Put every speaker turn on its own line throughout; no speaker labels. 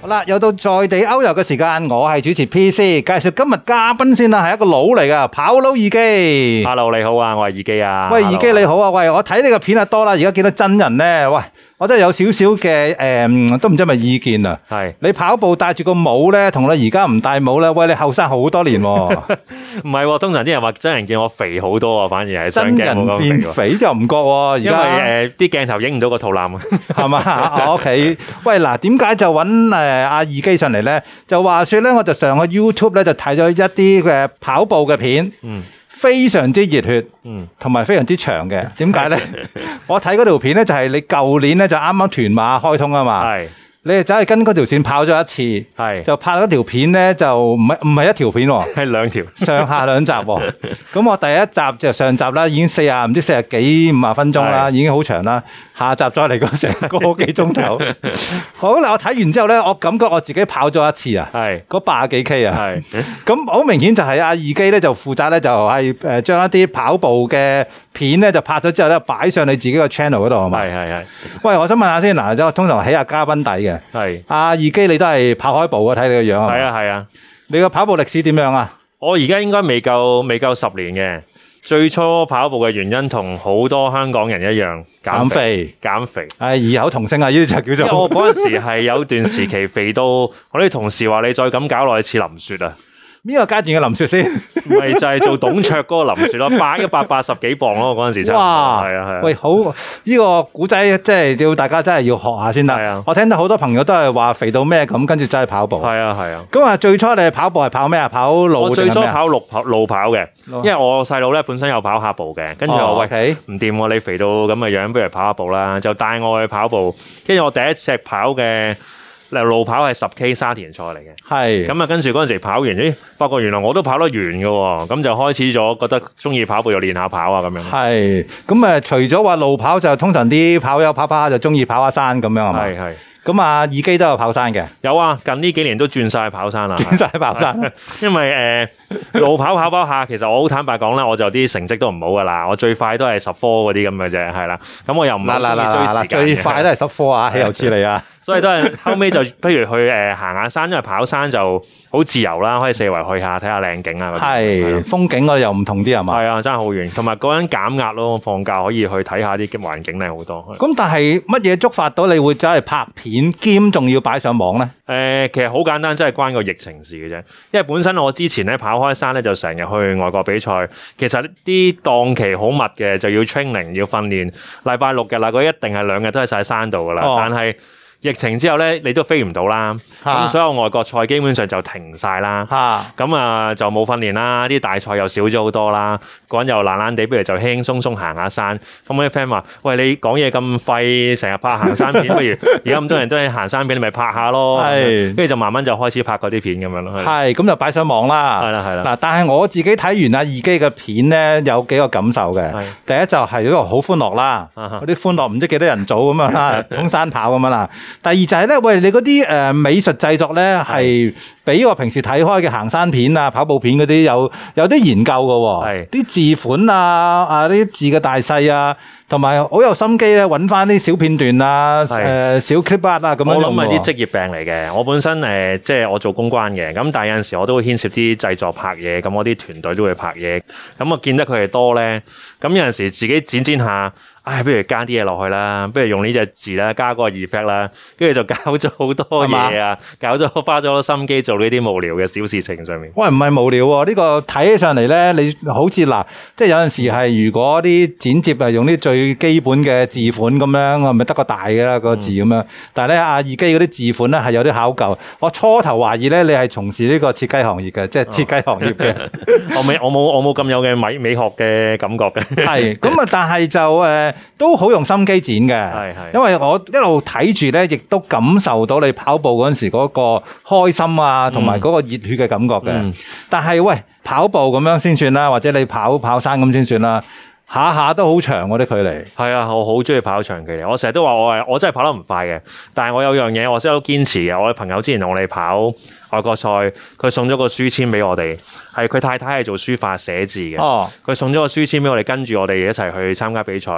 好啦，又到在地歐遊嘅時間，我係主持 P C，介紹今日嘉賓先啦，係一個佬嚟噶，跑佬耳機。
Hello，你好啊，我係耳機啊。
喂，耳
Hello
機你好啊！喂，我睇你個片啊多啦，而家見到真人咧，喂，我真係有少少嘅誒，嗯都唔知係咪意見啊！
係
你跑步戴住個帽咧，同你而家唔戴帽咧，喂，你後生好多年 喎，
唔係喎？通常啲人話真人見我肥好多啊，反而係
真
相鏡冇
人
咁
變
喎。
肥就唔覺喎，而
因
家
為誒呃啲鏡頭影唔到個肚腩 啊。
係嘛啊？OK，喂，嗱，點解就揾誒阿耳機上嚟咧？就話說咧，我就上個 YouTube 咧就睇咗一啲嘅跑步嘅片，
嗯
非常之熱血。
嗯，
同埋非常之長 嘅，點解咧？我睇嗰條片咧，就係你舊年咧就啱啱屯馬開通啊嘛，
係
你係走去跟嗰條線跑咗一次，
係
就拍咗條片咧，就唔係唔係一條片喎，
係兩條。
上下兩集 喎。咁我第一集就上集啦，已經四啊唔知四啊幾五啊分鐘啦，
係
已經好長啦。下集再嚟個成個幾鐘 頭。好啦，我睇完之後咧，我感覺我自己跑咗一次啊，
係
嗰八啊幾 K 啊。
係
咁好明顯就係阿二基咧就負責咧就係誒將一啲跑步嘅片咧就拍咗之後咧擺上你自己個 channel 嗰度係咪？
係係係
喂，我想問下先嗱，就通常起下嘉賓底嘅，
係
阿二基你都係跑開步啊，睇你個樣係咪
係啊係啊！
你個跑步歷史點樣啊？
我而家應該未夠未夠十年嘅。最初跑步嘅原因同好多香港人一樣，
減
減肥
肥，
減肥。
係異口同聲啊！呢啲就
因
叫
為
做
我嗰陣時係有段時期肥到，我啲同事話你再咁搞落去似林雪啊！
邊個階段嘅林雪 先？
咪就係做董卓嗰個林雪咯，百一百八十幾磅咯，嗰陣時真係，
哇！
係啊係啊，
喂，好呢個古仔，即係要大家真係要學下先
係
得
啊。
我聽到好多朋友都係話肥到咩咁，跟住真係跑步。
係啊係啊，
咁啊，最初你係跑步係跑咩啊？跑路
我
定
最初
係咩啊？
跑路跑路跑嘅，
路
因為我細佬咧本身有跑下步嘅，跟住
哦
我喂
OK
唔掂喎，你肥到咁嘅樣，不如跑下步啦，就帶我去跑步，跟住我第一隻跑嘅。嗱路跑係十 K 沙田賽嚟嘅，
係
咁啊跟住嗰陣時跑完，咦發覺原來我都跑得完嘅喎，咁就開始咗覺得中意跑步又練下跑啊咁樣，
係咁啊！除咗話路跑就通常啲跑友跑跑下就中意跑下山咁樣係嘛？
係係
咁啊，耳機都有跑山嘅，
有啊，近呢幾年都轉晒跑山啦，啊係
轉晒跑 山。
因為誒、呃路跑跑跑下，其實我好坦白講啦，我就啲成績都唔好噶啦，我最快都係十科嗰啲咁嘅啫，係啦。咁我又唔
嗱嗱
係
嗱嗱
好
嗱，
中意
最
追時間嘅
快都係十科啊，豈有此理啊！
所以都係後尾就 不如去誒、呃行下山，因為跑山就好自由啦，可以四圍去下睇下靚景啊嗰啲。
係
咯
風景嗰度又唔同啲係嘛？
係啊，爭好遠，同埋嗰陣減壓咯，放假可以去睇下啲環境靚好多。係
咁但係乜嘢觸發到你會走去拍片兼仲要擺上網咧？
誒、呃其實好簡單，真係關個疫情事嘅啫。因為本身我之前咧跑開山咧，就成日去外國比賽。其實啲檔期好密嘅，就要 training 要訓練。禮拜六日啦，嗰一定係兩日都喺晒山度噶啦。
哦
但係疫情之後咧，你都飛唔到啦。咁、
啊
所有外國賽基本上就停晒啦。
嚇！
咁啊就冇訓練啦，啲大賽又少咗好多啦，個人又懶懶地，不如就輕輕鬆鬆行下山。咁我啲 friend 話：喂，你講嘢咁廢，成日拍行山片，不如而家咁多人都係行山片，你咪拍下咯。
係
跟住就慢慢就開始拍嗰啲片咁樣咯。係
係咁就擺上網啦。
係啦係啦
嗱，但係我自己睇完阿二基嘅片咧，有幾個感受嘅
係。
第一就係嗰個好歡樂啦，
啊哈
嗰啲歡樂唔知幾多人組咁樣啦，通山跑咁樣啦。第二就係咧，喂，你嗰啲誒美術製作咧係比我平時睇開嘅行山片啊、跑步片嗰啲有有啲研究嘅喎
係，
啲字款啊、啊啲字嘅大細啊，同埋好有心機咧揾翻啲小片段啊、
係
誒小 clip art 啊咁樣
我諗
用
係
喎
啲職業病嚟嘅。我本身誒、呃即係我做公關嘅，咁但係有陣時我都會牽涉啲製作拍嘢，咁我啲團隊都會拍嘢。咁我見得佢哋多咧，咁有陣時自己剪剪下，唉，不如加啲嘢落去啦，不如用呢隻字啦，加嗰個 effect 啦，跟住就搞咗好多嘢啊，搞咗花咗好多心機做呢啲無聊嘅小事情上面。
喂，唔係無聊喎、呢、個睇起上嚟咧，你好似嗱，即係有陣時係如果啲剪接係用啲最基本嘅字款咁樣，我咪得個大嘅啦、個字咁樣。但係咧，阿耳機嗰啲字款咧係有啲考究。我初頭懷疑咧，你係從事呢個設計行業嘅，即係設計行業嘅。
我未，我冇，我冇咁有嘅美美學嘅感覺 嘅。
係咁啊，但係就誒、呃都好用心機剪嘅。
係係
因為我一路睇住咧，亦都感受到你跑步嗰陣時嗰個開心啊，同埋嗰個熱血嘅感覺嘅。
嗯
但係喂，跑步咁樣先算啦，或者你跑跑山咁先算啦，下下都好長嗰啲距離。
係啊，我好中意跑長距離。我成日都話我係我真係跑得唔快嘅，但係我有樣嘢我真係都堅持嘅。我嘅朋友之前同我哋跑外國菜，佢送咗個書籤俾我哋，係佢太太係做書法寫字嘅。
哦
佢送咗個書籤俾我哋，跟住我哋一齊去參加比賽。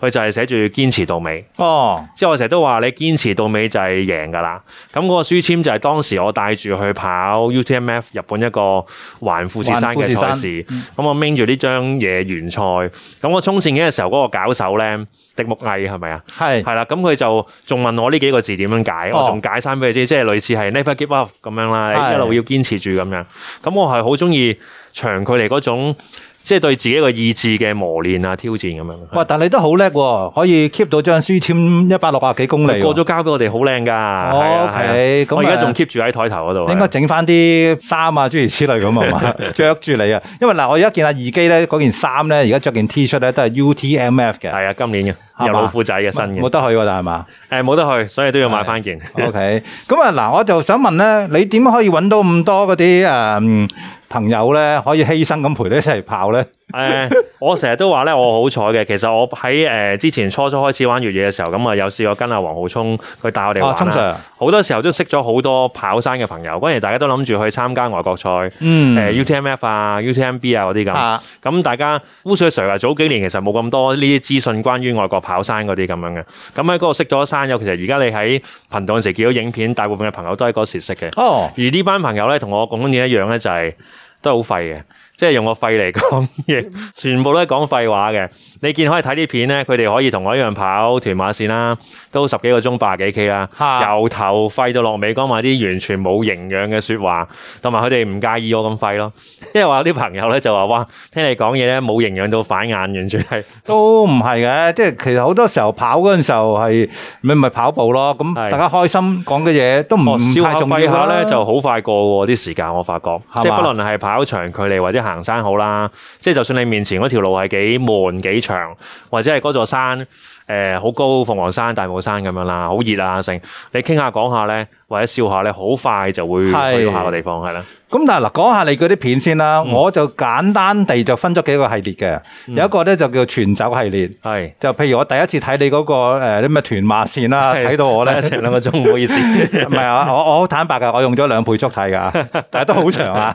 佢就係寫住堅持到尾。
哦，
即係我成日都話你堅持到尾就係贏㗎啦。咁嗰個書籤就係當時我帶住去跑 UTMF 日本一個環富士山嗯嘅賽事，咁我拎住呢張嘢完賽。咁我衝線嘅時候嗰個搞手咧，迪木毅係咪啊？
係
係啦，咁佢就仲問我呢幾個字點樣解，
哦
我仲解翻俾佢知，即係類似係 never give up 咁樣啦，
係
一路要堅持住咁樣。咁我係好中意長距離嗰種，即係對自己個意志嘅磨練啊、挑戰咁樣。
哇！但你都好叻喎，可以 keep 到張書簽一百六百幾公里喎，
過咗交俾我哋好靚噶，
哦
係啊
OK，
係啊
咁
我而家
誒
仲 keep 住喺台頭嗰度啊。
應該整翻啲衫啊，諸如此類咁啊嘛， 着住你啊！因為嗱，我而家見阿二基咧嗰件衫咧，而家着件 T 恤咧都係 UTMF 嘅，
係啊，今年
係嘛
嘅有老虎仔嘅新
冇
嘅，
得去喎，但係 嘛
誒冇得去，所以都要買翻件。
？OK，咁啊嗱，我就想問咧，你點可以揾到咁多嗰啲誒嗯朋友咧，可以犧牲咁陪你一齊跑咧？
誒、我成日都話咧，我好彩嘅。其實我喺誒、之前初初開始玩越野嘅時候，咁啊有試過跟阿黃浩聰佢帶我哋
啊，
玩
通
啦。
常，
好、多時候都識咗好多跑山嘅朋友，嗰陣時大家都諗住去參加外國賽，誒、
嗯，
UTMF 啊、UTMB 啊嗰啲咁。
啊，
咁大家污水 Sir 話早幾年其實冇咁多呢啲資訊關於外國跑山嗰啲咁樣嘅，咁喺嗰度識咗山友，其實而家你喺頻道嗰時見到影片，大部分嘅朋友都喺嗰時識嘅。
哦，
而呢班朋友咧，同我講嘢一樣咧，就係、都係好廢嘅，即係用個肺嚟講嘢，全部都係講廢話嘅。你見可以睇啲片咧，佢哋可以同我一樣跑屯馬線啦，都十幾個鐘八十幾 K 啦，
嚇
由頭廢到落尾，講埋啲完全冇營養嘅説話，同埋佢哋唔介意我咁廢咯。因為我有啲朋友咧就話：哇，聽你講嘢咧冇營養到反眼，完全係
都唔係嘅，即係其實好多時候跑嗰陣時候係咪咪跑步咯？咁
係
大家開心講嘅嘢都唔
哦消
太
下
重要
肺下
㗎啦
咧就好快過喎啲時間，我發覺
係嘛，
即係不論係跑長距離或者行山好啦，即係就算你面前嗰條路係幾悶幾長，或者係嗰座山誒好、高，鳳凰山、大帽山咁樣啦，好熱啊成，你傾下講下咧，或者笑下咧，好快就會
係
去到下個地方係啦。
咁但係嗱，講下你嗰啲片先啦，
嗯
我就簡單地就分咗幾個系列嘅，有一個咧就叫全走系列，
係
就譬如我第一次睇你嗰、個誒啲咩屯馬線啦，
係
啊睇到我咧，
成兩個鐘，唔 好意思。
唔係啊，我我好坦白噶，我用咗兩倍速睇 噶，但係都好長啊。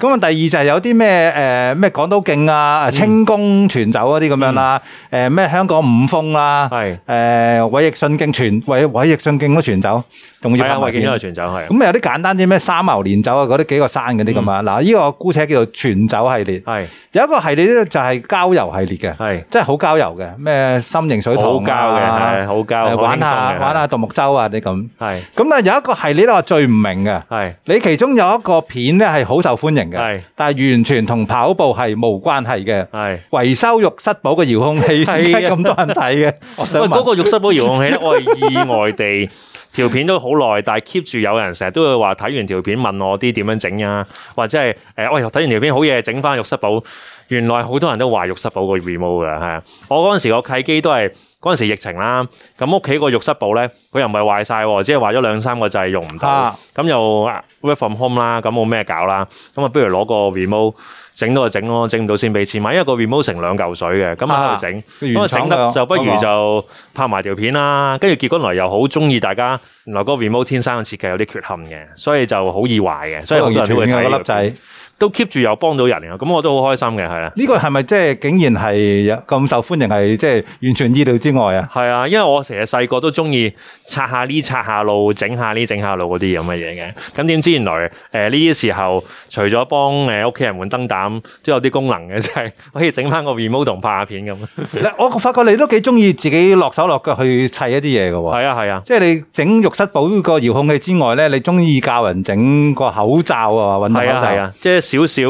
咁啊，第二就係有啲咩誒咩港島徑啊、
嗯
清宮全走嗰啲咁樣啦，誒咩香港五峰啦，
係
誒偉奕信徑全偉偉奕信徑都全走，仲
係
要
啊，
拍
我
埋
見
片
咗個船長係
咁有啲簡單啲咩三牛連走啊，嗰啲幾個山嗰啲咁啊。嗱、呢、個姑且叫做全走系列，
係
有一個系列咧就係郊遊系列嘅，
係
即係好郊遊嘅，咩心形水塘
好交嘅，
啊
係好交，
誒
好
玩
輕鬆
下
嘅
玩下獨木舟啊啲咁。
係
咁咧有一個系列咧我最唔明嘅，
係
你其中有一個片咧係好受歡迎嘅
係，
但係完全同跑步係冇關係嘅。
係。
維修浴室寶嘅遙控器
係啊
點解咁多人睇嘅？我想
喂，嗰
問。
個浴室寶遙控器咧， 我係意外地條片都好耐，但係 keep 住有人成日都會話睇完條片問我啲點樣整啊，或者係誒、呃喂，睇完條片好嘢，整翻浴室寶。原來好多人都話浴室寶個 remote 㗎，係啊，我嗰陣時個契機都係。嗰陣時疫情啦，咁屋企個浴室寶咧，佢又唔係壞晒喎，只係壞咗兩三個掣用唔到
啊，
咁又啊 work from home 啦，咁冇咩搞啦，咁啊不如攞個 remote 整到就整咯，整唔到先俾錢買，因為個 remote 成兩嚿水嘅，咁喺
啊
度整。
原
咁啊
廠
整
㗎
得就不
嗰
如
個
就拍埋條片啦，跟住結果原來又好中意大家，原來嗰個 remote 天生嘅設計有啲缺陷嘅，所以就好易壞嘅，所以好多人都會
好容易斷嘅啊嗰
睇呢
粒
條片
掣。
都 keep 住又幫到人嘅，咁我都好開心嘅，係啊。
呢個係咪即係竟然係有咁受歡迎，係即係完全意料之外啊？
係啊，因為我成日細個都中意拆下呢、拆下路、整下呢、整下路嗰啲咁嘅嘢嘅。咁點知原來誒呢啲時候，除咗幫誒屋企人換燈膽，都有啲功能嘅，就係、可以整翻個 remote 同拍下片咁。
嗱，我發覺你都幾中意自己落手落腳去砌一啲嘢嘅喎。
係啊，係啊。
即係你整浴室寶個遙控器之外咧，你中意教人整個口罩啊，運動口
係啊
罩。
係啊，即係少少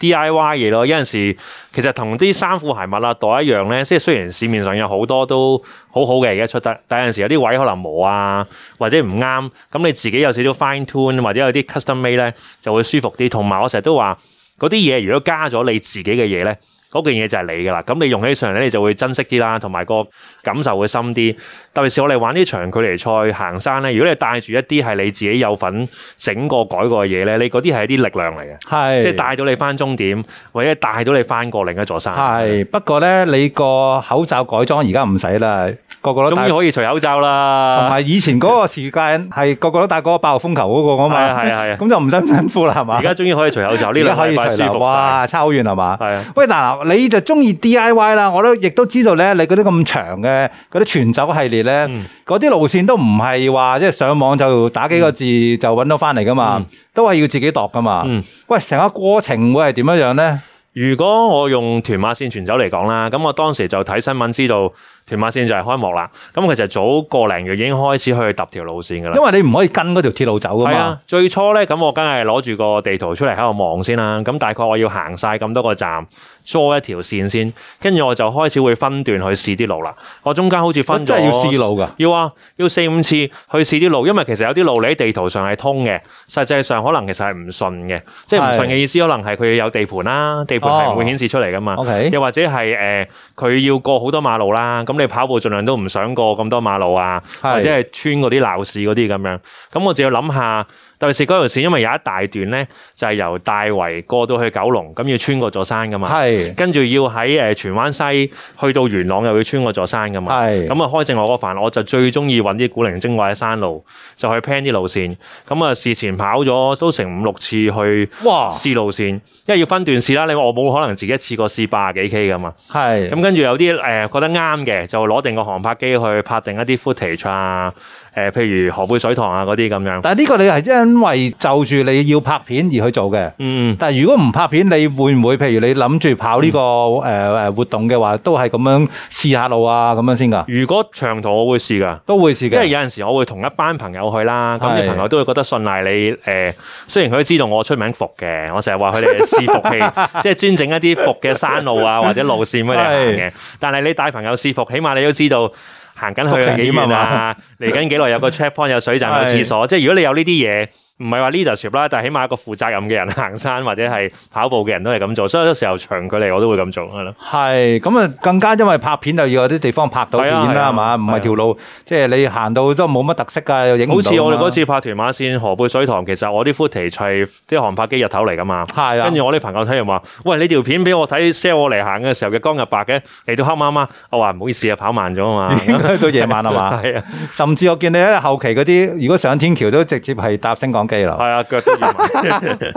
DIY 嘢咯。有陣時其實同啲衫褲鞋襪啊袋一樣咧，即係雖然市面上有好多都好好嘅而家出得，但有陣時有啲位可能冇啊，或者唔啱，咁你自己有少少 fine tune 或者有啲 custom made 咧就會舒服啲。同埋我成日都話嗰啲嘢如果加咗你自己嘅嘢咧，嗰件嘢就係你噶啦。咁你用起上嚟咧，你就會珍惜啲啦，同埋個感受會深啲。特別是我哋玩啲長距離賽行山咧，如果你帶住一啲係你自己有份整過改過嘅嘢咧，你嗰啲係一啲力量嚟嘅，
係
即係啊帶到你翻終點，或者帶到你翻過另一座山。
係，不過咧，你個口罩改裝而家唔使啦，個個都
終
戴
於，可以除口罩
同
啦。
埋以前嗰個時間係個個都戴嗰個爆風球嗰個啊
係啊
嘛，
係啊係啊
咁就唔辛辛苦啦，係嘛
而？家終於可以除口罩，呢
而家
兩
可
個
以
禮拜
除
舒
啦，
服晒。
哇，差好遠係嘛？
係啊，
喂，嗱，你就中意 D I Y 啦，我都亦都知道咧，你嗰啲咁長嘅嗰啲全走系列咧，
嗯
嗰啲、路線都唔係話即係上網就打幾個字就揾到翻嚟噶嘛，都係要自己度噶嘛。
嗯
喂，成個過程會係點樣樣咧？
如果我用屯馬線全走嚟講啦，咁我當時就睇新聞知道屯馬線就係開幕啦。咁其實早個零月已經開始去揼條路線噶啦
因。為你唔可以跟嗰條鐵路走噶
係
嘛
啊。，最初咧咁我梗係攞住個地圖出嚟喺度望先啦。咁大概我要行晒咁多個站，draw 一條線先，跟住我就開始會分段去試啲路啦。我中間好似分咗，
真係要試路㗎
要啊，要四五次去試啲路，因為其實有啲路你喺地圖上係通嘅，實際上可能其實係唔順嘅，即係唔順嘅意思可能係佢有地盤啦，地盤係唔會顯示出嚟噶嘛。
哦 OK
又或者係誒佢要過好多馬路啦，咁你跑步盡量都唔想過咁多馬路啊，
係
或者係穿嗰啲鬧市嗰啲咁樣。咁我就要諗下，特別是嗰條線，因為有一大段咧就係、由大圍過到去九龍，咁要穿過座山噶嘛。
係
跟住要喺誒荃灣西去到元朗，又要穿過座山噶嘛。
係
咁啊，開正我嗰飯，我就最中意揾啲古靈精怪嘅山路，就去 plan 啲路線。咁啊，事前跑咗都成五六次去
哇
試路線，因為要分段試啦。你話我冇可能自己一次過試八十幾 K 噶嘛。
係
咁跟住有啲誒、呃、覺得啱嘅，就攞定個航拍機去拍定一啲 footage 啊，誒、譬如河背水塘啊嗰啲咁樣。
但係呢個你係因為就住你要拍片而去做嘅。
嗯，
但係如果唔拍片，你會唔會譬如你諗住跑呢、個誒誒、
嗯
呃活動嘅話，都係咁樣試下路啊咁樣先㗎？
如果長途我會試㗎。
都會試
因
嘅。
為有陣時我會同一班朋友去啦，咁
係
啲朋友都會覺得信賴你。誒、雖然佢都知道我出名服嘅，我成日話佢哋係試服 器，即係專整一啲服嘅山路啊或者路線俾你行嘅。但係你帶朋友試服，起碼你都知道行緊
服成
去幾
點啊
遠
嘛
啊，嚟緊幾耐有個 checkpoint 有水站有廁所。即係如果你有呢啲嘢。唔係話 leadership 啦，但係起碼一個負責任嘅人行山或者係跑步嘅人都係咁做，所以有時候長距離我都會咁做係咯。
係咁啊，更加因為拍片就要有啲地方拍到片
係
啦，
啊
係嘛？唔
係
係
啊
條路，即係你行到都冇乜特色啊，又影唔
好
到
似我哋
嘛
嗰次拍屯馬線河背水塘，其實我啲 footage 係啲航拍機日頭嚟噶嘛。
係啊
跟住我啲朋友睇完話：，喂，你條片俾我睇 sell 我嚟行嘅時候嘅光日白嘅，嚟到黑麻麻。我話唔好意思啊，跑慢 咗啊嘛。
應該到夜晚係嘛？
係啊，
甚至我見你喺後期嗰啲，如果上天橋都直接係搭升降機啦。
係啊，腳都軟 埋。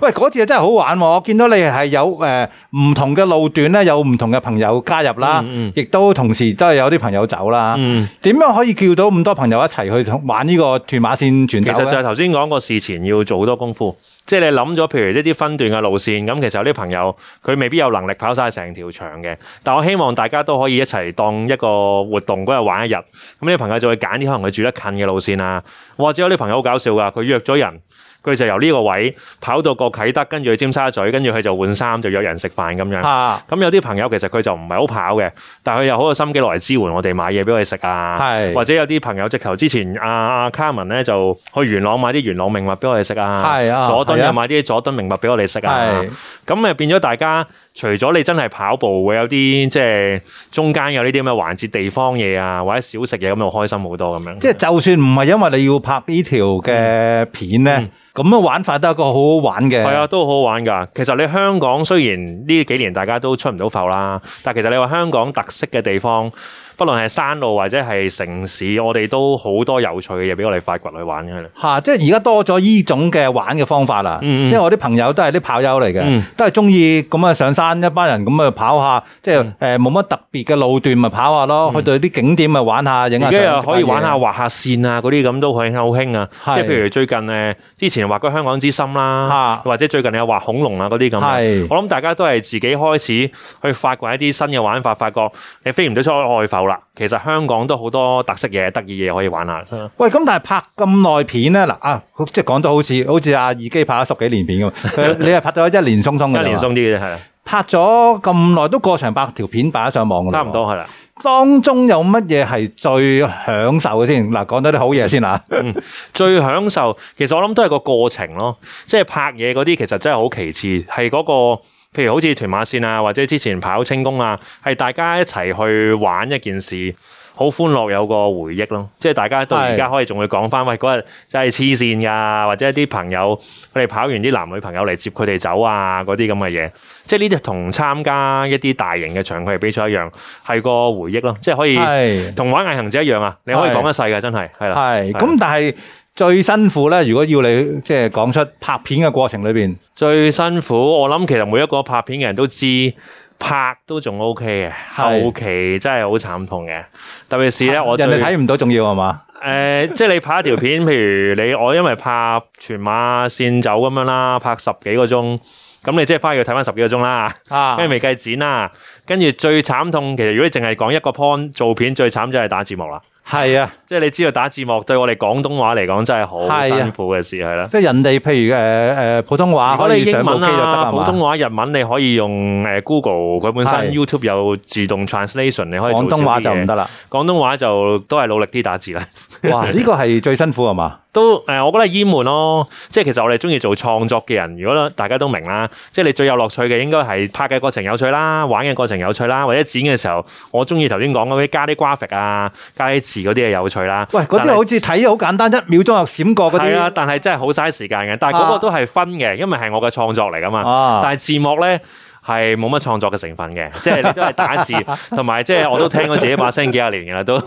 喂，嗰次真係好玩喎！我見到你係有誒唔、同嘅路段咧，有唔同嘅朋友加入啦，
嗯嗯
亦都同時都係有啲朋友走啦。
嗯
點、樣可以叫到咁多朋友一齊去同玩呢個斷馬線全走
其實就
咧？
係頭先講個事前要做好多功夫，即係你諗咗，譬如一啲分段嘅路線，咁其實有啲朋友佢未必有能力跑晒成條長嘅，但我希望大家都可以一齊當一個活動嗰日玩一日，咁呢啲朋友就會揀啲可能佢住得近嘅路線啊，或者有啲朋友好搞笑噶，佢約咗人。佢就由呢個位跑到過啟德，跟住去尖沙咀，跟住佢就換衫，就約人食飯咁樣。
啊，
咁有啲朋友其實佢就唔係好跑嘅，但係佢又好有心機落嚟支援我哋買嘢俾我哋食啊
係，
或者有啲朋友直頭之前啊阿阿 Carmen 咧就去元朗買啲元朗名物俾我哋食啊
係啊，
佐敦
係啊
又買啲佐敦名物俾我哋食啊
係，
咁誒變咗大家除咗你真係跑步會有啲即係中間有呢啲咁嘅環節地方嘢啊，或者小食嘢咁就開心好多咁樣。
即係就算唔係因為你要拍呢條嘅片咧
嗯，
咁、樣玩法都係一個好好玩嘅。
係啊，都好好玩㗎。其實你香港雖然呢幾年大家都出唔到埠啦，但其實你話香港特色嘅地方，不論係山路或者係城市，我哋都好多有趣嘅嘢俾我哋發掘去玩嘅。
吓、即係而家多咗呢種嘅玩嘅方法啦。
嗯嗯
即係我啲朋友都係啲跑友嚟嘅，
嗯
都係中意咁啊上山一班人咁啊跑下，即係
嗯
誒冇乜特別嘅路段咪跑下咯，去到啲景點咪玩下，影下
而
相。
家又可以
食
玩下
嘢
畫下線啊，嗰啲咁都係好興啊！
係
即係譬如最近誒，之前畫過香港之心啦
啊，
或者最近有畫恐龍啊嗰啲咁啊
係。
我諗大家都係自己開始去發掘一啲新嘅玩法，發覺你飛唔到出外埠啦。其實香港都好多特色嘢、得意嘢可以玩下。
喂，咁啊但係拍咁耐片咧，嗱啊，即係講到好似好似阿耳機拍咗十幾年片咁，佢 你係拍咗一年鬆鬆嘅，
一年鬆，啲嘅啫，係啊
拍咗咁耐都過成百條片擺咗上網㗎啦
差唔。多係啦。
當中有乜嘢係最享受嘅先？嗱，講到啲好嘢先啊啦。
最享受，其實我諗都係個過程咯，即係拍嘢嗰啲其實真係好其次，係嗰個譬如好似屯馬線啊，或者之前跑清宮啊，係大家一齊去玩一件事，好歡樂，有個回憶咯。即係大家到而家可以仲會講翻，喂嗰日真係黐線㗎，或者一啲朋友佢哋跑完啲男女朋友嚟接佢哋走啊，嗰啲咁嘅嘢。即係呢啲同參加一啲大型嘅長距離比賽一樣，係個回憶咯。即係可以
係
同玩毅行者一樣啊，你可以
係
講一世㗎，真係係啦。
係咁，但係最辛苦咧，如果要你即係講出拍片嘅過程裏邊，
最辛苦，我諗其實每一個拍片嘅人都知。拍都仲 O K 嘅，
係
後期真係好慘痛嘅。特別是咧，啊我
人
最
哋睇唔到仲要係嘛？
誒、即係你拍一條片，譬如你我因為拍全馬線走咁樣啦，拍十幾個鐘，咁你即係翻去要睇翻十幾個鐘啦，
啊
跟住未計剪啦，跟住最慘痛，其實如果你淨係講一個 point 做片，最慘就係打字幕啦。
係啊，
即係你知道打字幕對我哋廣東話嚟講真係好
係啊
辛苦嘅事係啦。
即係人哋譬如誒誒普通話
如果
啊可
你
以上
英
部機
文
就得
啊、
啦
普
嘛
通。話、日文，你可以用誒 Google，佢本
係
身 YouTube 有自動 translation，你可以做
廣東話就
少啲嘢
唔得啦。
廣東話就都係努力啲打字啦。
哇！呢個係最辛苦係嘛？
都誒、呃我覺得係淹悶咯。即係其實我哋中意做創作嘅人，如果大家都明啦，即係你最有樂趣嘅應該係拍嘅過程有趣啦，玩嘅過程有趣啦，或者剪嘅時候，我中意頭先講嗰啲加啲 graphic 啊、加啲字嗰啲嘢有趣啦。
喂，嗰
但係
啲好似睇好簡單，一秒鐘就閃過嗰
係啊，
啲。
但係真係好嘥時間嘅。但係嗰
啊
個都係分嘅，因為係我嘅創作嚟噶嘛。
啊
但係字幕咧。係冇乜創作嘅成分嘅， 即係你都係打 字，同埋即係我都聽咗自己把聲幾廿年嘅啦，都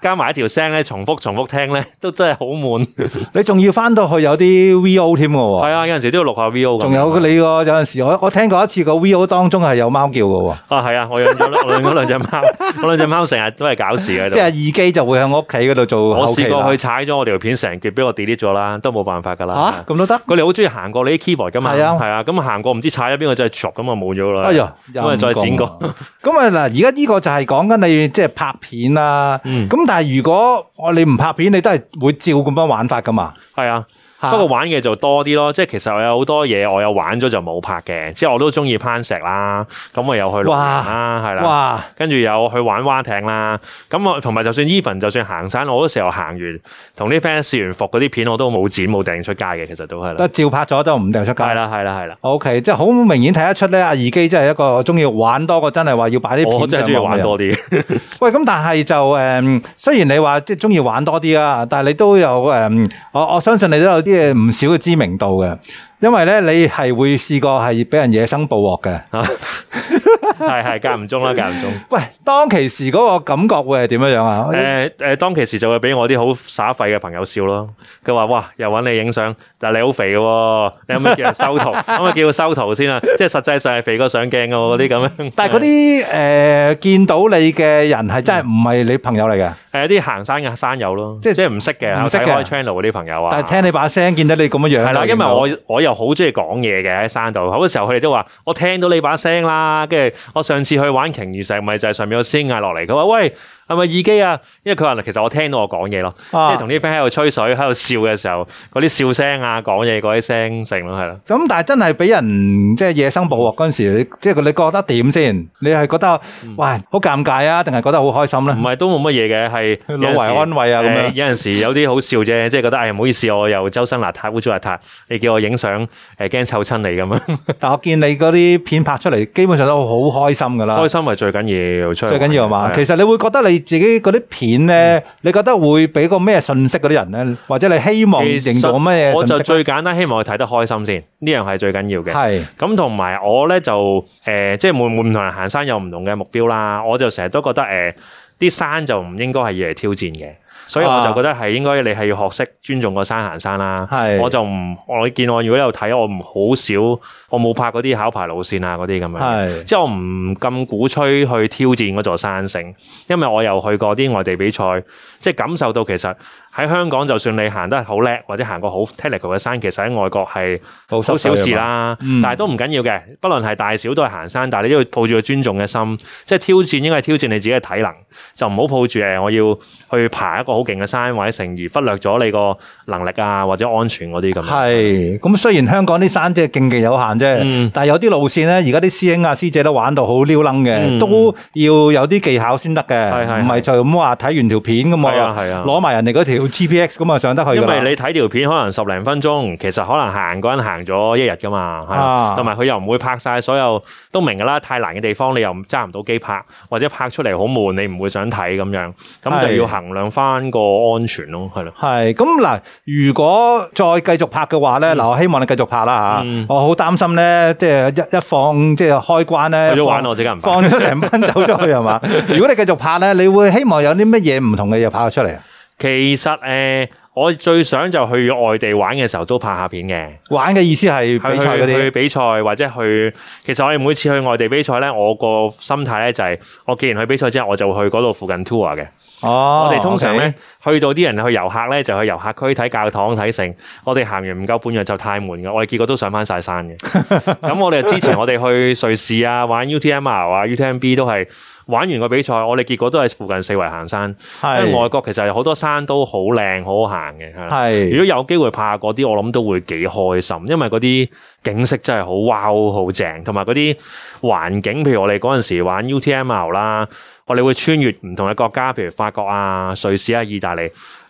加埋一條聲咧，重複重複聽咧，都真係好悶。
你仲要翻到去有啲 V.O. 添嘅喎。
係啊，有陣時都要錄下 V.O. 咁樣
仲有你個有陣時，我我聽過一次個 V.O. 當中係有貓叫嘅喎，
啊，係啊，我養咗我養咗 兩隻貓，我兩隻貓成日都係搞事喺
即係
度。
耳機就會喺我屋企嗰度做
我
後期
試過
啦
佢。踩咗我條片成橛，俾我 delete 咗啦，都冇辦法噶
吓
啦。
咁都得？
佢哋好中意行過你啲 keyboard 噶嘛，
係啊
係啊，咁行過唔知踩咗邊個真係 chop 咁啊冇咗啦。
哎呀，
咁啊再剪過。
咁啊嗱，而家呢個就係講緊你即係拍片啦。
嗯
咁但係如果我你唔拍片，你都係會照咁樣玩法噶嘛？
係啊，
嚇
不過玩嘅就多啲咯，即係其實我有好多嘢我有玩咗就冇拍嘅，即係我都中意攀石啦，咁我有去露營啦，係啦。
哇，
跟住有去玩蛙艇啦，咁我同埋就算 even 就算行山，我嗰時候行完同啲 friend 試完服嗰啲片，我都冇剪冇掟出街嘅，其實都係啦
都。照拍咗都唔掉出街
係。啦，係啦，係啦。
O、k 即係好明顯睇得出咧，阿二基真係一個中意玩多過真係話要擺啲片
我真係中意
上網嘅
玩
人
多啲，
喂，咁但係就誒、嗯，雖然你話即係中意玩多啲啊，但係你都有誒、嗯我我相信你都有啲嘢唔少嘅知名度嘅，因為咧你係會試過係俾人野生捕獲嘅。
係係間唔中啦，間唔中。
喂，當其時嗰個感覺會係點樣樣啊？
誒誒，當其時就會俾我啲好耍廢嘅朋友笑咯。佢話：哇，又揾你影相，但係你好肥嘅喎，你可唔可以叫人 修圖？可唔可以叫佢修圖先啊？即係實際上係肥過上鏡嘅喎，嗰啲咁樣。
但係嗰啲誒見到你嘅人係真係唔係你朋友嚟嘅，
誒啲行山嘅山友咯，
即
即
係
係即係唔識嘅，
唔
唔
識
識
嘅
開 channel 嗰啲朋友啊。
但係聽你把聲，見到你咁樣樣
係
就
啦，因
認
為
到
我我又好中意講嘢嘅喺山度，好多時候佢哋都話我聽到你把聲啦，跟住我上次去玩鯨魚石，咪就係上面有師兄嗌落嚟，佢話喂係咪耳機啊？因為佢話其實我聽到我講嘢咯，
啊
即係同啲 friend 喺度吹水、喺度笑嘅時候，嗰啲笑聲啊、講嘢嗰啲聲成咯，係啦。
咁但係真係俾人即係野生捕獲嗰陣時，你即係你覺得點先？你係覺得
嗯
喂好尷尬啊，定係覺得好開心咧
唔？係都冇乜嘢嘅，係嗯有
老懷
陣時
安慰啊咁樣
誒有陣時有啲好笑啫，即係覺得唉哎唔好意思，我又周身邋遢、污糟邋遢，你叫我影相誒驚臭親你咁樣，
但我見你嗰啲片拍出嚟，基本上都好開心噶啦
開，心係最緊要，出去
最緊要係
玩
嘛？
係啊嗯
其實你會覺得你自己嗰啲片咧，你覺得會俾個咩信息嗰啲人咧，或者你希望營造咩
我
信
就
息呢？
最簡單，希望佢睇得開心先，呢樣係最緊要嘅。
係
咁同埋我咧就誒、呃即係每每唔同人行山有唔同嘅目標啦。我就成日都覺得誒，啲、山就唔應該係要嚟挑戰嘅。所以我就覺得係應該你係要學識尊重個山行山啦。
係
我就唔我見我如果有睇，我唔好少，我冇拍嗰啲考牌路線啊嗰啲咁樣。
係
即係我唔咁鼓吹去挑戰嗰座山城，因為我又去過啲外地比賽，即係感受到其實喺香港，就算你行得好叻或者行過好 technical 嘅山，其實喺外國係
好
好小事
濕碎啊嘛。
啦
嗯，
但係都唔緊要嘅。不論係大小都係行山，但係你都要抱住個尊重嘅心，即係挑戰應該係挑戰你自己嘅體能，就唔好抱住誒我要去爬一個好勁嘅山或者成，而忽略咗你個能力啊或者安全嗰啲咁樣。
係，咁雖然香港啲山即係競技有限啫，
嗯
但係有啲路線咧，而家啲師兄啊師姐都玩到好撩楞嘅，
嗯
都要有啲技巧先得嘅，
係係
唔係就咁話睇完條片咁
係啊
啊
係啊，
攞埋人哋嗰條 GPX 咁啊上得去㗎
因
啦
為你睇條片可能十零分鐘，其實可能行嗰人行咗一日噶嘛，係
啊
啊同埋佢又唔會拍晒所有都明噶啦，太難嘅地方你又揸唔到機拍，或者拍出嚟好悶，你唔會想睇咁樣，咁
係
就要衡量翻個安全咯，係咯。
系咁嗱，如果再繼續拍嘅話咧，嗱、我希望你繼續拍啦吓，
嗯
我好擔心咧，即係一一放即係開關咧，
去咗玩
放
我即刻唔拍
放咗成班走咗去係 嘛？如果你繼續拍咧，你會希望有啲乜嘢唔同嘅嘢拍得出嚟啊？
其實诶、呃我最想就去外地玩嘅時候都拍下片嘅。
玩嘅意思係
去
比賽嗰
去去
啲，
比賽或者去，其實我哋每次去外地比賽咧，我個心態咧就係、我既然去比賽之後，我就會去嗰度附近 tour 嘅。
哦，
我哋通常
OK
咧，去到啲人去遊客咧，就去遊客區睇教堂睇城。我哋行完唔夠半日就太悶嘅，我哋結果都上翻晒 山嘅。咁我哋之前我哋去瑞士啊，玩 UTMR 啊、UTMB 都係玩完個比賽，我哋結果都係附近四圍行山。因
係
為外國其實好多山都好靚、好好行嘅。係啦
係
如果有機會拍下嗰啲，我諗都會幾開心，因為嗰啲景色真係好 wow 好正，同埋嗰啲環境，譬如我哋嗰陣時玩 UTML 啦，我哋會穿越唔同嘅國家，譬如法國啊、瑞士啊、意大利，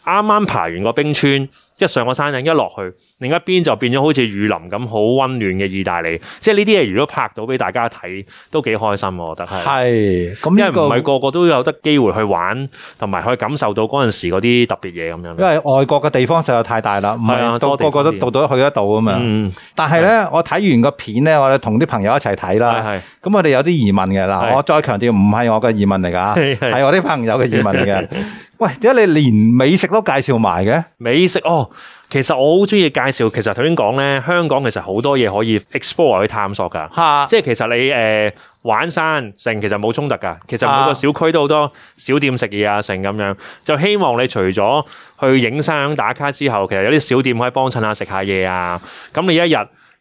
啱啱爬完個冰川。一上個山頂一落去，另一邊就變咗好似雨林咁好温暖嘅意大利，即係呢啲嘢如果拍到俾大家睇，都幾開心我覺得係。
係咁
因為
呢
唔係
個。
個個都有得機會去玩，同埋去感受到嗰陣時嗰啲特別嘢咁
因
樣。
為外國嘅地方實在太大啦，唔
係
係
啊
到
多地
個個
方
都
啲
到到去得到咁樣。
嗯，
但係咧，我睇完個片咧，我哋同啲朋友一齊睇啦。
嗯係係
咁我哋有啲疑問嘅嗱，
係
我再強調唔係我嘅疑問嚟㗎，
係係
係我啲朋友嘅疑問嚟嘅。 喂，點解你連美食都介紹埋嘅？
美食哦，其實我好中意介紹。其實頭先講咧，香港其實好多嘢可以 explore 去探索㗎。
嚇
即係其實你誒、呃玩山成其實冇衝突㗎，其實
啊
每個小區都好多小店食嘢啊成咁樣，就希望你除咗去影相打卡之後，其實有啲小店可以幫襯下食下嘢啊，咁你一日。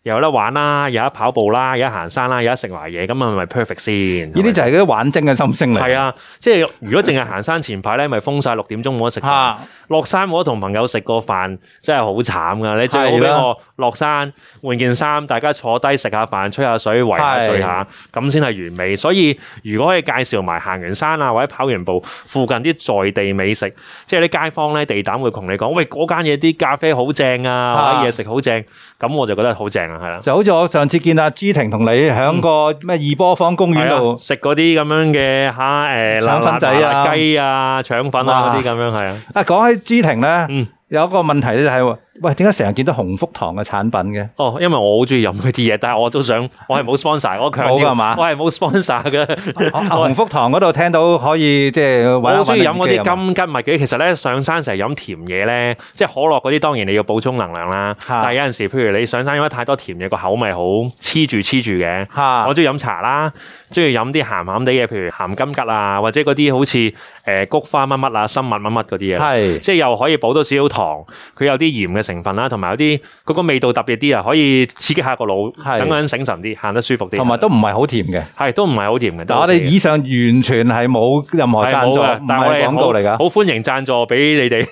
又有得玩啦，有得跑步啦，有得行山啦，有得食埋嘢，咁係咪 perfect 先？
呢啲就係嗰啲玩精嘅心聲嚟。
係啊，即係如果淨係行山前排咧，咪封晒六點鐘冇得食飯
嚇，
落山冇得同朋友食個飯，真係好慘噶。你最好
係
俾
啦
我落山換件衫，大家坐低食下飯、吹下水、圍下
係
聚下，咁先係完美。所以如果可以介紹埋行完山啊，或者跑完步，附近啲在地美食，即係啲街坊咧地膽會同你講，喂嗰間嘢啲咖啡好正啊，
嚇
或者嘢食好正，咁我就覺得好正啊，係啦。
就好似我上次見阿朱婷同你喺個咩二波坊公園
係啊
度，
食嗰啲咁樣嘅蝦誒
腸粉仔啊
雞啊、腸粉
哇
啊嗰啲咁樣係啊，
啊講起朱婷咧
嗯，
有一個問題咧就係，喂點解成日見到紅福堂嘅產品嘅？
哦，因為我好中意飲嗰啲嘢，但係我都 想，我係冇 sponsor，我強
冇㗎
調，
嘛
我係冇 sponsor 嘅。
啊紅福堂嗰度聽到可以即係
我
揾一
好中意
揾
飲嗰
你自己啊
啲金桔麥嘅，其實咧上山成日飲甜嘢咧，即係可樂嗰啲，當然你要補充能量啦。
嚇
但係有陣時，譬如你上山飲得太多甜嘢，個口咪好黐住黐住嘅。
嚇
我中意飲茶啦，中意飲啲鹹鹹地嘢，譬如鹹金桔啊，或者嗰啲好似誒、呃菊花乜乜啊、生蜜乜乜嗰啲嘢。
係
即係又可以補到少少糖，佢有啲鹽嘅成分啦，同埋有啲嗰個味道特別啲啊，可以刺激下個腦，
係
等個人醒神啲，行得舒服啲，
同埋都唔係好甜嘅。
係都唔係好甜嘅。
但我哋以上完全係冇任何
我
贊助，唔
但係我
係
哋
廣告嚟㗎
好。好歡迎贊助俾你哋，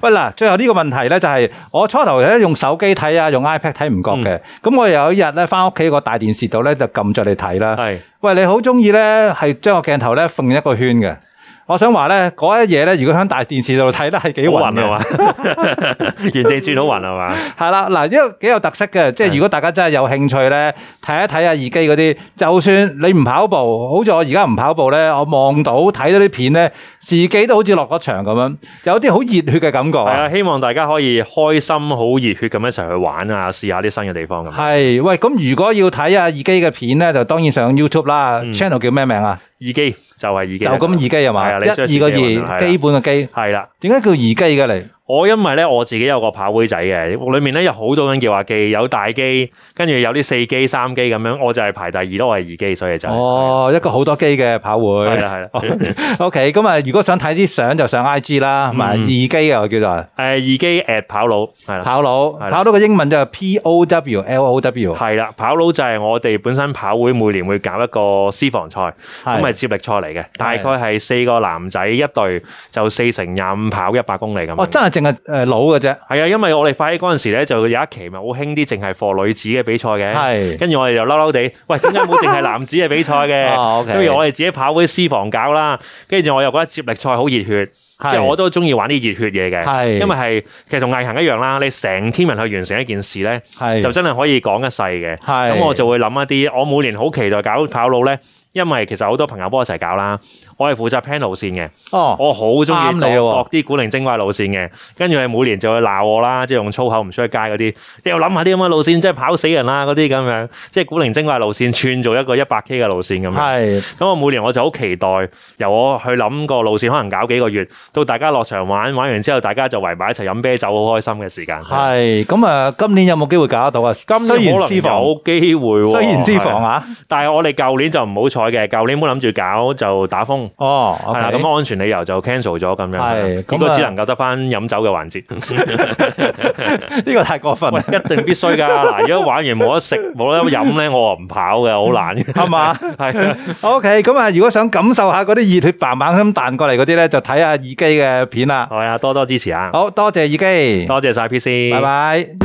喂嗱，最後呢個問題咧就係、我初頭咧用手機睇啊，用 iPad 睇唔覺嘅。咁、我有一日咧翻屋企個大電視度咧就撳着嚟睇啦。
係
喂，你好中意咧係將個鏡頭咧揈一個圈嘅。我想話咧嗰一嘢咧，如果喺大電視度睇咧係幾
好
暈
暈係
嘅。
嘛？ 原地轉好暈啊係嘛？
係啦，嗱，呢個幾有特色嘅，即係如果大家真係有興趣咧，睇一睇啊耳機嗰啲，就算你唔跑步，好似我而家唔跑步咧，我望到睇到啲片咧，自己都好似落咗場咁樣，有啲好熱血嘅感覺
係
啊！
啊，希望大家可以開心、好熱血咁一齊去玩啊，試下啲新嘅地方咁。
係，喂，咁如果要睇啊耳機嘅片咧，就當然上 YouTube 啦、c h a n n e l 叫咩名啊？
耳機就係耳機，
就咁耳機係嘛？
嗯係啊你
一
search
二個
耳機就得
二，
啦
基本嘅機。
係啦。
點解叫耳機嘅嚟？
我因為咧我自己有個跑會仔嘅，裏面咧有好多人叫阿機，有大機，跟住有啲四機、三機咁樣，我就係排第二咯，我係二機，所以就係
哦，一個好多機嘅跑會。
係啦係啦。
O K，咁啊，如果想睇啲相就上 I G
嗯
啦，同埋二機啊，我叫做
誒二機 at 跑佬係啦，
跑佬，
係啦
跑佬嘅英文就係 P O W L O W，
係啦，跑佬就係我哋本身跑會每年會搞一個私房賽，咁係接力賽嚟嘅，大概係四個男仔一隊，就四乘廿五跑一百公里咁樣。
哦，真係淨係诶佬嘅啫，
係啊，因為我哋快啲嗰陣時咧，就有一期咪好興啲，淨係課女子嘅比賽嘅。
係
跟住我哋就嬲嬲地，喂，點解冇淨係男子嘅比 賽
哦
嘅？
，OK
跟住我哋自己跑會私房搞啦。跟住我又覺得接力賽好熱血，即
係
係我都中意玩啲熱血嘢嘅。
係
因為係其實同毅行一樣啦，你成 team 人去完成一件事咧，
係
就真係可以講一世嘅。
係
咁我就會諗一啲，我每年好期待搞跑佬咧，因為其實好多朋友幫我一齊搞啦。我係負責 plan 路線嘅。
哦，
我好中
啱
意
你
度
喎
度啲古靈精怪路線嘅，跟住你每年就會鬧我啦，即係用粗口唔出去街嗰啲，你又諗下啲咁嘅路線，即係跑死人啦嗰啲咁樣，即係古靈精怪路線串做一個一百 K 嘅路線咁樣。
係
咁我每年我就好期待，由我去諗個路線，可能搞幾個月，到大家落場玩，玩完之後大家就圍埋一齊飲啤酒，好開心嘅時間。
係咁啊，今年有冇機會搞得到啊？
今
雖
年
然
可能
私房，
有機會喎，
雖然私
係
房
啊，
啊，
但係我哋舊年就唔好彩嘅，舊年冇諗住搞就打風。
哦，
系啦，咁啊安全理由就 cancel 咗咁樣，
係咁
咁個
啊
只能夠得翻飲酒嘅環節。
呢個太過分
喂，
啦，
一定必須 㗎！嗱，如果玩完冇得食冇得飲咧，我唔跑嘅，好 懶嘅。
係 嘛？
係啊
O K，咁啊，如果想感受下嗰啲熱血嘭嘭咁彈過嚟嗰啲咧，就睇下耳機嘅片啦。
係啊，多多支持啊！
好多謝耳機，
多謝晒 PC，
拜拜。